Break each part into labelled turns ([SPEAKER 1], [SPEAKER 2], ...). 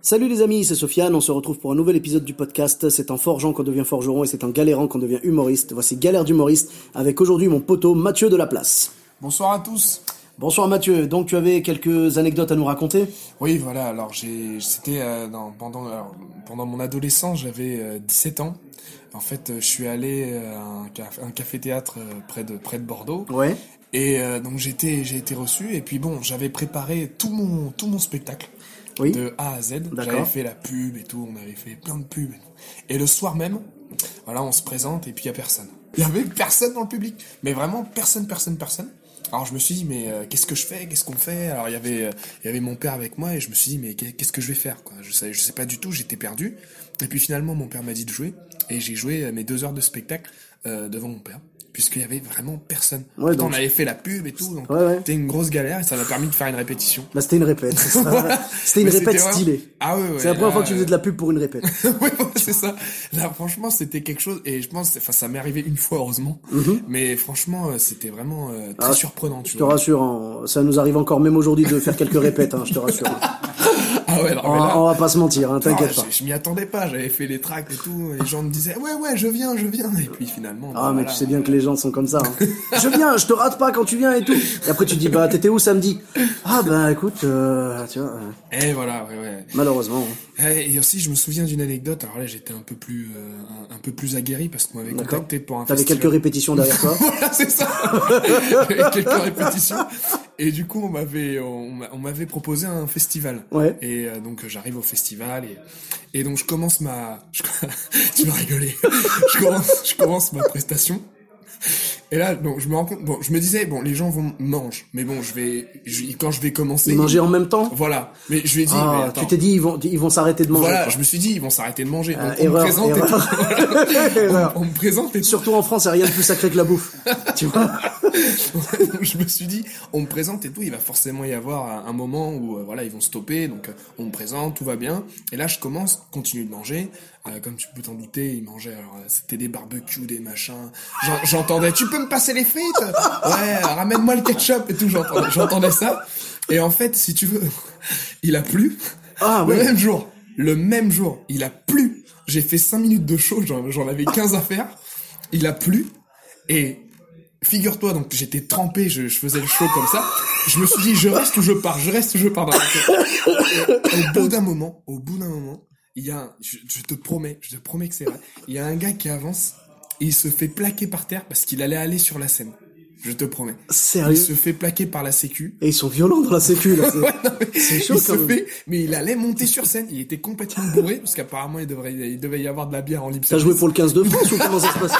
[SPEAKER 1] Salut les amis, c'est Sofiane, on se retrouve pour un nouvel épisode du podcast. C'est en forgeant qu'on devient forgeron et c'est en galérant qu'on devient humoriste. Voici Galère d'humoriste avec aujourd'hui mon poteau Mathieu de la place.
[SPEAKER 2] Bonsoir à tous.
[SPEAKER 1] Bonsoir Mathieu, donc tu avais quelques anecdotes à nous raconter
[SPEAKER 2] Oui, voilà, alors j'ai c'était euh, dans- pendant alors, pendant mon adolescence, j'avais euh, 17 ans. En fait, euh, je suis allé euh, à un, caf- un café-théâtre euh, près de près de Bordeaux.
[SPEAKER 1] Ouais.
[SPEAKER 2] Et euh, donc j'étais j'ai été reçu et puis bon, j'avais préparé tout mon tout mon spectacle
[SPEAKER 1] Oui.
[SPEAKER 2] de A à Z.
[SPEAKER 1] D'accord.
[SPEAKER 2] J'avais fait la pub et tout, on avait fait plein de pubs. et tout. Et le soir même, voilà, on se présente et puis il y a personne. Il y avait personne dans le public, mais vraiment personne, personne, personne. Alors je me suis dit mais euh, qu'est-ce que je fais Qu'est-ce qu'on fait Alors il y avait euh, il y avait mon père avec moi et je me suis dit mais qu'est- qu'est-ce que je vais faire quoi Je sais je sais pas du tout, j'étais perdu. Et puis finalement mon père m'a dit de jouer et j'ai joué euh, mes deux heures de spectacle euh, devant mon père puisqu'il y avait vraiment personne.
[SPEAKER 1] Ouais,
[SPEAKER 2] Pourtant,
[SPEAKER 1] donc-
[SPEAKER 2] on avait fait la pub et tout, donc
[SPEAKER 1] Ouais, ouais.
[SPEAKER 2] c'était une grosse galère et ça m'a permis de faire une répétition.
[SPEAKER 1] Bah c'était une répète, c'est ça. c'était une
[SPEAKER 2] Mais
[SPEAKER 1] répète
[SPEAKER 2] vraiment-
[SPEAKER 1] stylée.
[SPEAKER 2] Ah ouais, ouais,
[SPEAKER 1] c'est la première
[SPEAKER 2] là,
[SPEAKER 1] fois que tu faisais
[SPEAKER 2] euh,
[SPEAKER 1] de la pub pour une répète.
[SPEAKER 2] ouais, ouais, c'est ça. Là, franchement, c'était quelque chose. Et je pense, enfin, ça m'est arrivé une fois, heureusement. Mais franchement, euh, c'était vraiment euh, très
[SPEAKER 1] Mhm. Ah,
[SPEAKER 2] surprenant, tu
[SPEAKER 1] Je te
[SPEAKER 2] vois.
[SPEAKER 1] rassure, hein, ça nous arrive encore même aujourd'hui de faire quelques répètes, hein, je te rassure.
[SPEAKER 2] Ah ouais, alors,
[SPEAKER 1] On,
[SPEAKER 2] mais
[SPEAKER 1] va-
[SPEAKER 2] là,
[SPEAKER 1] on va pas se mentir, hein, t'inquiète
[SPEAKER 2] ah,
[SPEAKER 1] pas.
[SPEAKER 2] je- Je m'y attendais pas. J'avais fait les tracts et tout. Et les gens me disaient, ouais, ouais, je viens, je viens. Et puis finalement.
[SPEAKER 1] Ah
[SPEAKER 2] bah,
[SPEAKER 1] mais
[SPEAKER 2] voilà.
[SPEAKER 1] tu sais bien que les gens sont comme ça. hein. je viens, je te rate pas quand tu viens et tout. Et après tu te dis bah t'étais où samedi Ah bah écoute, euh, tu vois, euh,
[SPEAKER 2] Et voilà, ouais, ouais.
[SPEAKER 1] malheureusement. hein.
[SPEAKER 2] Ouais, Et aussi, je me souviens d'une anecdote. Alors là, j'étais un peu plus, euh, un, un peu plus aguerri parce qu'on m'avait
[SPEAKER 1] D'accord.
[SPEAKER 2] contacté pour un
[SPEAKER 1] T'avais
[SPEAKER 2] festival.
[SPEAKER 1] quelques répétitions derrière toi.
[SPEAKER 2] voilà, c'est ça. Avec quelques répétitions. Et du coup, on m'avait, on, m'a- on m'avait proposé un festival.
[SPEAKER 1] Ouais.
[SPEAKER 2] Et euh, donc, j'arrive au festival et, et donc je commence ma, je- tu vas rigoler. je commence, je commence ma prestation. Et là, bon, je me rends compte, bon, je me disais, bon, les gens vont manger, mais bon, je vais, je- quand je vais commencer.
[SPEAKER 1] Ils mangeaient en même temps
[SPEAKER 2] Voilà. Mais je lui ai dit, mais
[SPEAKER 1] Ah,
[SPEAKER 2] attends.
[SPEAKER 1] tu t'es dit ils vont ils vont s'arrêter de manger.
[SPEAKER 2] Voilà,
[SPEAKER 1] quoi.
[SPEAKER 2] je me suis dit, ils vont s'arrêter de manger.
[SPEAKER 1] Euh,
[SPEAKER 2] Donc, on me
[SPEAKER 1] erreur,
[SPEAKER 2] présente et
[SPEAKER 1] erreur.
[SPEAKER 2] tout.
[SPEAKER 1] Erreur.
[SPEAKER 2] On me présente et tout.
[SPEAKER 1] Surtout en France, il y a rien de plus sacré que la bouffe. tu vois
[SPEAKER 2] Donc, je me suis dit, on me présente et tout, il va forcément y avoir un moment où euh, voilà, ils vont stopper, donc euh, on me présente, tout va bien. Et là, je commence, continue de manger. Euh, comme tu peux t'en douter, ils mangeaient. Alors, euh, c'était des barbecues, des machins. J'en- J'entendais, tu peux me passer les frites Ouais, ramène-moi le ketchup et tout. J'entendais- J'entendais ça. Et en fait, si tu veux, il a plu.
[SPEAKER 1] Ah
[SPEAKER 2] Le
[SPEAKER 1] ouais.
[SPEAKER 2] même jour, le même jour, il a plu. J'ai fait 5 minutes de show, j'en j'en avais 15 à faire. Il a plu. Et figure-toi, donc j'étais trempé, je, je faisais le show comme ça. Je me suis dit, je reste ou je pars, je reste ou je pars. dans la tête. Et au bout d'un moment, au bout d'un moment, il y a un, je, je te promets, je te promets que c'est vrai. Il y a un gars qui avance et il se fait plaquer par terre parce qu'il allait aller sur la scène. Je te promets.
[SPEAKER 1] Sérieux
[SPEAKER 2] Il se fait plaquer par la sécu.
[SPEAKER 1] Et ils sont violents dans la sécu là. c'est- C'est chaud
[SPEAKER 2] il
[SPEAKER 1] quand
[SPEAKER 2] se
[SPEAKER 1] même.
[SPEAKER 2] fait, mais il allait monter sur scène. Il était complètement bourré parce qu'apparemment il devrait, il devait y avoir de la bière en libre.
[SPEAKER 1] T'as joué pour le 15 de France ou comment ça se passe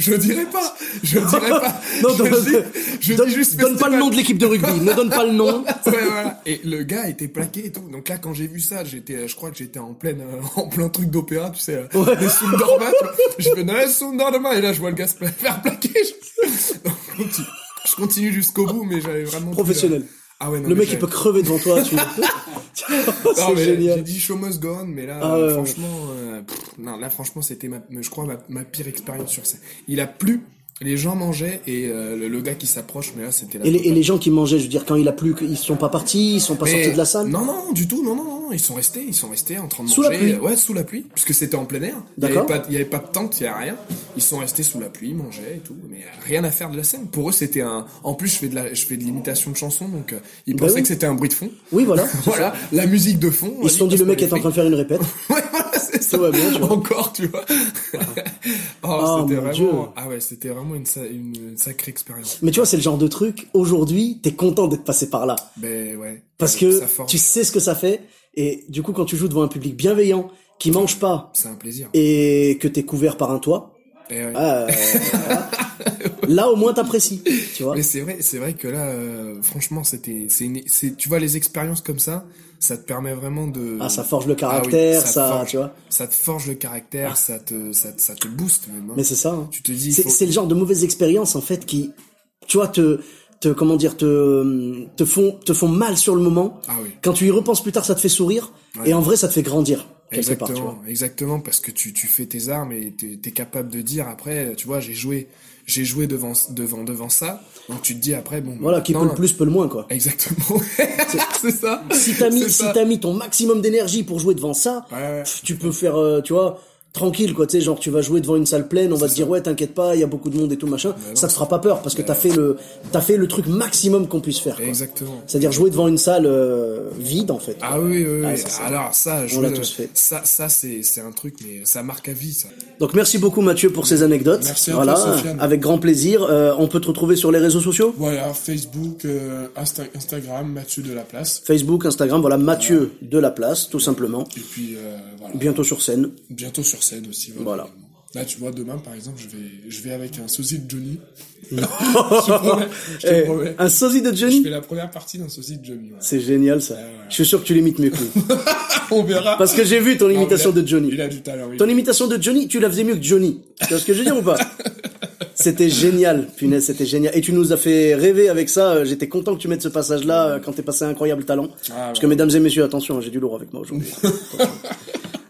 [SPEAKER 2] Je dirais pas, je dirais pas.
[SPEAKER 1] Non,
[SPEAKER 2] je
[SPEAKER 1] donne,
[SPEAKER 2] dis, je
[SPEAKER 1] donne-
[SPEAKER 2] dis juste
[SPEAKER 1] donne pas le nom de
[SPEAKER 2] festival.
[SPEAKER 1] l'équipe de rugby, ne donne pas le nom.
[SPEAKER 2] Ouais, voilà. Et le gars était plaqué et tout. Donc là, quand j'ai vu ça, j'étais, euh, je crois que j'étais en plein, en plein truc d'opéra, tu sais, euh,
[SPEAKER 1] Ouais.
[SPEAKER 2] les sous d'Orma, tu vois. Je fais, non, sous d'Orma. Et là, je vois le gars se pla- faire plaquer. Je, Donc, je continue, je continue jusqu'au bout, mais j'avais vraiment.
[SPEAKER 1] Professionnel.
[SPEAKER 2] Ah ouais, non,
[SPEAKER 1] Le
[SPEAKER 2] mais
[SPEAKER 1] mec il
[SPEAKER 2] j'avais-
[SPEAKER 1] peut crever devant toi. Tu...
[SPEAKER 2] Non,
[SPEAKER 1] C'est
[SPEAKER 2] mais J'ai
[SPEAKER 1] génial.
[SPEAKER 2] dit show must go on, mais là,
[SPEAKER 1] Ah
[SPEAKER 2] euh,
[SPEAKER 1] ouais.
[SPEAKER 2] franchement, euh, pff, non, là, franchement, c'était ma, je crois, ma, ma pire expérience sur scène. Il a plu, les gens mangeaient, et euh, le, le gars qui s'approche, mais là, c'était la
[SPEAKER 1] Et les, et
[SPEAKER 2] totale.
[SPEAKER 1] les gens qui mangeaient, je veux dire, quand il a plu, ils sont pas partis, ils sont pas
[SPEAKER 2] Mais-
[SPEAKER 1] sortis de la salle.
[SPEAKER 2] Non, non, du tout, non, non, non, ils sont restés, ils sont restés en train de
[SPEAKER 1] Sous la
[SPEAKER 2] manger.
[SPEAKER 1] pluie.
[SPEAKER 2] euh, Ouais, sous la pluie, puisque c'était en plein air. Il y avait
[SPEAKER 1] D'accord.
[SPEAKER 2] pas- Il n'y avait, pas de tente, il n'y avait rien. Ils sont restés sous la pluie, ils mangeaient et tout, mais rien à faire de la scène. Pour eux, c'était un. En plus, je fais de la, je fais de l'imitation de chansons, donc euh, ils
[SPEAKER 1] Bah
[SPEAKER 2] pensaient
[SPEAKER 1] oui.
[SPEAKER 2] que c'était un bruit de fond.
[SPEAKER 1] Oui, voilà.
[SPEAKER 2] Voilà, la musique de fond.
[SPEAKER 1] Ils se sont dit le mec est en train de faire une répète.
[SPEAKER 2] Ouais, voilà, c'est ça.
[SPEAKER 1] va bien, tu vois.
[SPEAKER 2] Encore, tu vois.
[SPEAKER 1] Ah,
[SPEAKER 2] oh, c'était
[SPEAKER 1] mon
[SPEAKER 2] vraiment,
[SPEAKER 1] Dieu.
[SPEAKER 2] ah ouais, c'était vraiment une, sa- une sacrée expérience.
[SPEAKER 1] Mais tu vois, c'est le genre de truc, aujourd'hui, t'es content d'être passé par là.
[SPEAKER 2] Ben ouais.
[SPEAKER 1] Parce
[SPEAKER 2] Ouais,
[SPEAKER 1] que
[SPEAKER 2] ça forme.
[SPEAKER 1] tu sais ce que ça fait. Et du coup, quand tu joues devant un public bienveillant, qui mange pas,
[SPEAKER 2] c'est un plaisir.
[SPEAKER 1] et que t'es couvert par un toit,
[SPEAKER 2] Eh ouais.
[SPEAKER 1] euh, voilà, Là, au moins, t'apprécies, tu vois.
[SPEAKER 2] Mais c'est vrai, c'est vrai que là, euh, franchement, c'était, c'est, une- c'est, tu vois, les expériences comme ça, ça te permet vraiment de.
[SPEAKER 1] Ah, ça forge le caractère, ça-
[SPEAKER 2] forge-
[SPEAKER 1] tu vois. Ah.
[SPEAKER 2] Ça te forge le caractère, ça te, ça, te- ça te booste même. hein.
[SPEAKER 1] Mais c'est ça. hein.
[SPEAKER 2] Tu te dis, il
[SPEAKER 1] C'est
[SPEAKER 2] faut-
[SPEAKER 1] c'est le genre de mauvaise expérience en fait qui, tu vois, te, te comment dire, te, te font, te font mal sur le moment.
[SPEAKER 2] Ah oui.
[SPEAKER 1] Quand tu y repenses plus tard, ça te fait sourire et en vrai, ça te fait grandir quelque
[SPEAKER 2] Exactement,
[SPEAKER 1] part. Tu vois.
[SPEAKER 2] exactement, parce que tu, tu fais tes armes et t'es es capable de dire après, tu vois, j'ai joué, j'ai joué devant, devant, devant ça. Donc tu te dis après, bon.
[SPEAKER 1] Voilà, qui peut le
[SPEAKER 2] maintenant,
[SPEAKER 1] plus peut le moins quoi.
[SPEAKER 2] Exactement. c'est ça.
[SPEAKER 1] Si t'as mis,
[SPEAKER 2] C'est
[SPEAKER 1] si
[SPEAKER 2] ça.
[SPEAKER 1] t'as mis ton maximum d'énergie pour jouer devant ça,
[SPEAKER 2] ouais.
[SPEAKER 1] pff, tu peux faire, euh, tu vois, tranquille quoi. Tu sais, genre tu vas jouer devant une salle pleine, on va te dire ouais, t'inquiète pas, il y a beaucoup de monde et tout
[SPEAKER 2] Bah
[SPEAKER 1] machin. ça te fera pas peur parce que t'as fait le, t'as fait le truc maximum qu'on puisse faire. quoi.
[SPEAKER 2] Exactement.
[SPEAKER 1] C'est-à-dire jouer devant une salle euh, vide en fait.
[SPEAKER 2] Ah oui, oui, oui.
[SPEAKER 1] Ouais, ça, ça.
[SPEAKER 2] Alors ça, je-
[SPEAKER 1] l'a tous fait.
[SPEAKER 2] ça, ça c'est c'est un truc, mais ça marque à vie, ça.
[SPEAKER 1] Donc merci beaucoup Mathieu pour ces anecdotes.
[SPEAKER 2] Merci à toi,
[SPEAKER 1] voilà,
[SPEAKER 2] Sofiane.
[SPEAKER 1] avec grand plaisir. Euh, on peut te retrouver sur les réseaux sociaux
[SPEAKER 3] Voilà, Facebook, euh, Insta- Instagram, Mathieu de la place.
[SPEAKER 1] Facebook, Instagram, voilà Mathieu de la place, tout simplement.
[SPEAKER 3] Et puis euh, voilà,
[SPEAKER 1] Bientôt sur scène.
[SPEAKER 3] bientôt sur scène aussi.
[SPEAKER 1] Voilà.
[SPEAKER 3] Là, tu vois, demain, par exemple, je vais, je vais avec un sosie de Johnny. je te
[SPEAKER 1] Eh,
[SPEAKER 3] promets.
[SPEAKER 1] un sosie de
[SPEAKER 3] Je
[SPEAKER 1] Johnny.
[SPEAKER 3] fais la première partie d'un sosie de Johnny. ouais.
[SPEAKER 1] C'est génial ça. Je suis sûr que tu l'imites mieux que lui.
[SPEAKER 3] On verra.
[SPEAKER 1] Parce que j'ai vu ton
[SPEAKER 3] Non,
[SPEAKER 1] imitation
[SPEAKER 3] il a-
[SPEAKER 1] de Johnny.
[SPEAKER 3] Il a du talent. oui.
[SPEAKER 1] Ton imitation de Johnny, tu la faisais mieux que Johnny. Tu vois ce que je veux dire ou pas C'était génial, punaise, c'était génial. Et tu nous as fait rêver avec ça. Euh, J'étais content que tu mettes ce passage-là euh, quand t'es passé un incroyable talent.
[SPEAKER 3] Ah, bah
[SPEAKER 1] Parce que mesdames et messieurs, attention, hein, j'ai du lourd avec moi aujourd'hui. Attention.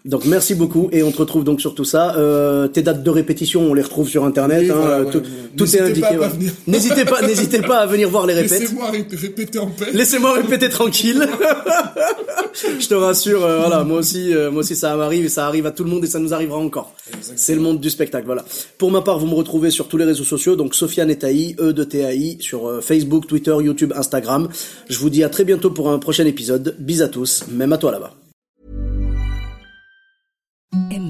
[SPEAKER 1] donc merci beaucoup et on te retrouve donc sur tout ça. Euh, tes dates de répétition, on les retrouve sur internet.
[SPEAKER 3] Oui,
[SPEAKER 1] hein,
[SPEAKER 3] voilà,
[SPEAKER 1] tout
[SPEAKER 3] ouais, ouais.
[SPEAKER 1] tout
[SPEAKER 3] N'hésitez
[SPEAKER 1] est indiqué.
[SPEAKER 3] pas à
[SPEAKER 1] voilà.
[SPEAKER 3] venir.
[SPEAKER 1] N'hésitez pas, n'hésitez pas à venir voir les répètes.
[SPEAKER 3] Laissez-moi ré- répéter en paix.
[SPEAKER 1] Laissez-moi répéter tranquille. je te rassure, euh, voilà, moi aussi, euh, moi aussi ça m'arrive et ça arrive à tout le monde et ça nous arrivera encore. C'est le monde du spectacle, voilà. Pour ma part, vous me retrouvez sur tous les réseaux sociaux, donc Sofiane et Taï, E de TAI, sur euh, Facebook, Twitter, YouTube, Instagram. Je vous dis à très bientôt pour un prochain épisode. Bis à tous, même à toi là-bas.